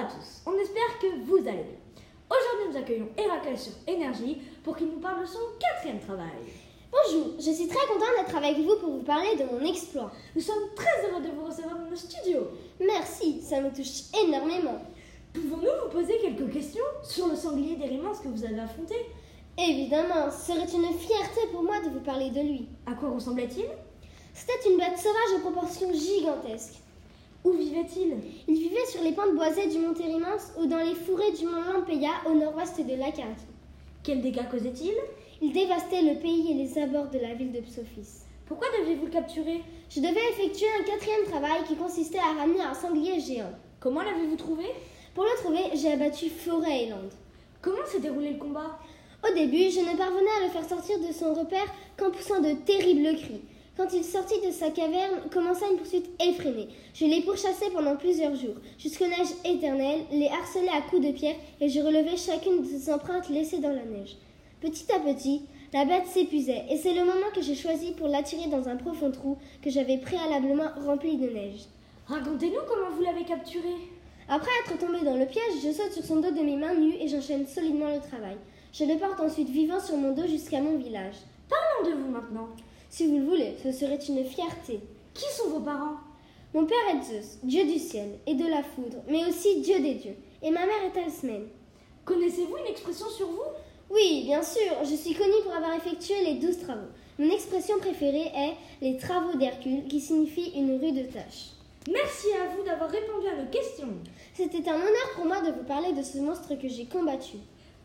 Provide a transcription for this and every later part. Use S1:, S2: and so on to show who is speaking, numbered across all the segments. S1: tous, on espère que vous allez bien. Aujourd'hui, nous accueillons Héraclès sur Énergie pour qu'il nous parle de son quatrième travail.
S2: Bonjour, je suis très content d'être avec vous pour vous parler de mon exploit.
S1: Nous sommes très heureux de vous recevoir dans nos studios.
S2: Merci, ça me touche énormément.
S1: Pouvons-nous vous poser quelques questions sur le sanglier des Rémences que vous avez affronté
S2: Évidemment, ce serait une fierté pour moi de vous parler de lui.
S1: À quoi ressemblait-il
S2: C'était une bête sauvage aux proportions gigantesques.
S1: Où vivait-il
S2: Il vivait sur les pentes boisées du mont Térimens ou dans les fourrés du mont Lampeya au nord-ouest de l'Acadie.
S1: Quels dégâts causait-il
S2: Il dévastait le pays et les abords de la ville de Psophis.
S1: Pourquoi deviez-vous le capturer
S2: Je devais effectuer un quatrième travail qui consistait à ramener un sanglier géant.
S1: Comment l'avez-vous trouvé
S2: Pour le trouver, j'ai abattu forêt et landes.
S1: Comment s'est déroulé le combat
S2: Au début, je ne parvenais à le faire sortir de son repère qu'en poussant de terribles cris. Quand il sortit de sa caverne, commença une poursuite effrénée. Je l'ai pourchassé pendant plusieurs jours, jusqu'aux neiges éternelles, les harcelais à coups de pierre, et je relevais chacune de ses empreintes laissées dans la neige. Petit à petit, la bête s'épuisait, et c'est le moment que j'ai choisi pour l'attirer dans un profond trou que j'avais préalablement rempli de neige.
S1: Racontez-nous comment vous l'avez capturé.
S2: Après être tombé dans le piège, je saute sur son dos de mes mains nues et j'enchaîne solidement le travail. Je le porte ensuite vivant sur mon dos jusqu'à mon village.
S1: Parlons de vous maintenant.
S2: Si vous le voulez, ce serait une fierté.
S1: Qui sont vos parents
S2: Mon père est Zeus, dieu du ciel et de la foudre, mais aussi dieu des dieux, et ma mère est Alcmène.
S1: Connaissez-vous une expression sur vous
S2: Oui, bien sûr, je suis connue pour avoir effectué les douze travaux. Mon expression préférée est les travaux d'Hercule, qui signifie une rude tâche.
S1: Merci à vous d'avoir répondu à nos questions.
S2: C'était un honneur pour moi de vous parler de ce monstre que j'ai combattu.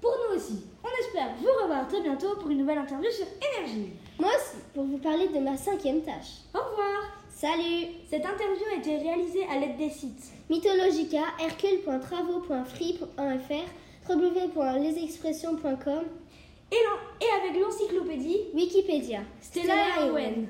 S1: Pour nous aussi, on espère vous revoir très bientôt pour une nouvelle interview sur Énergie.
S2: Moi aussi, pour vous parler de ma cinquième tâche.
S1: Au revoir
S2: Salut
S1: Cette interview a été réalisée à l'aide des sites
S2: Mythologica, hercule.travaux.free.fr, www.lesexpressions.com,
S1: et, l'en- et avec l'encyclopédie
S2: Wikipédia.
S1: Stella Owen.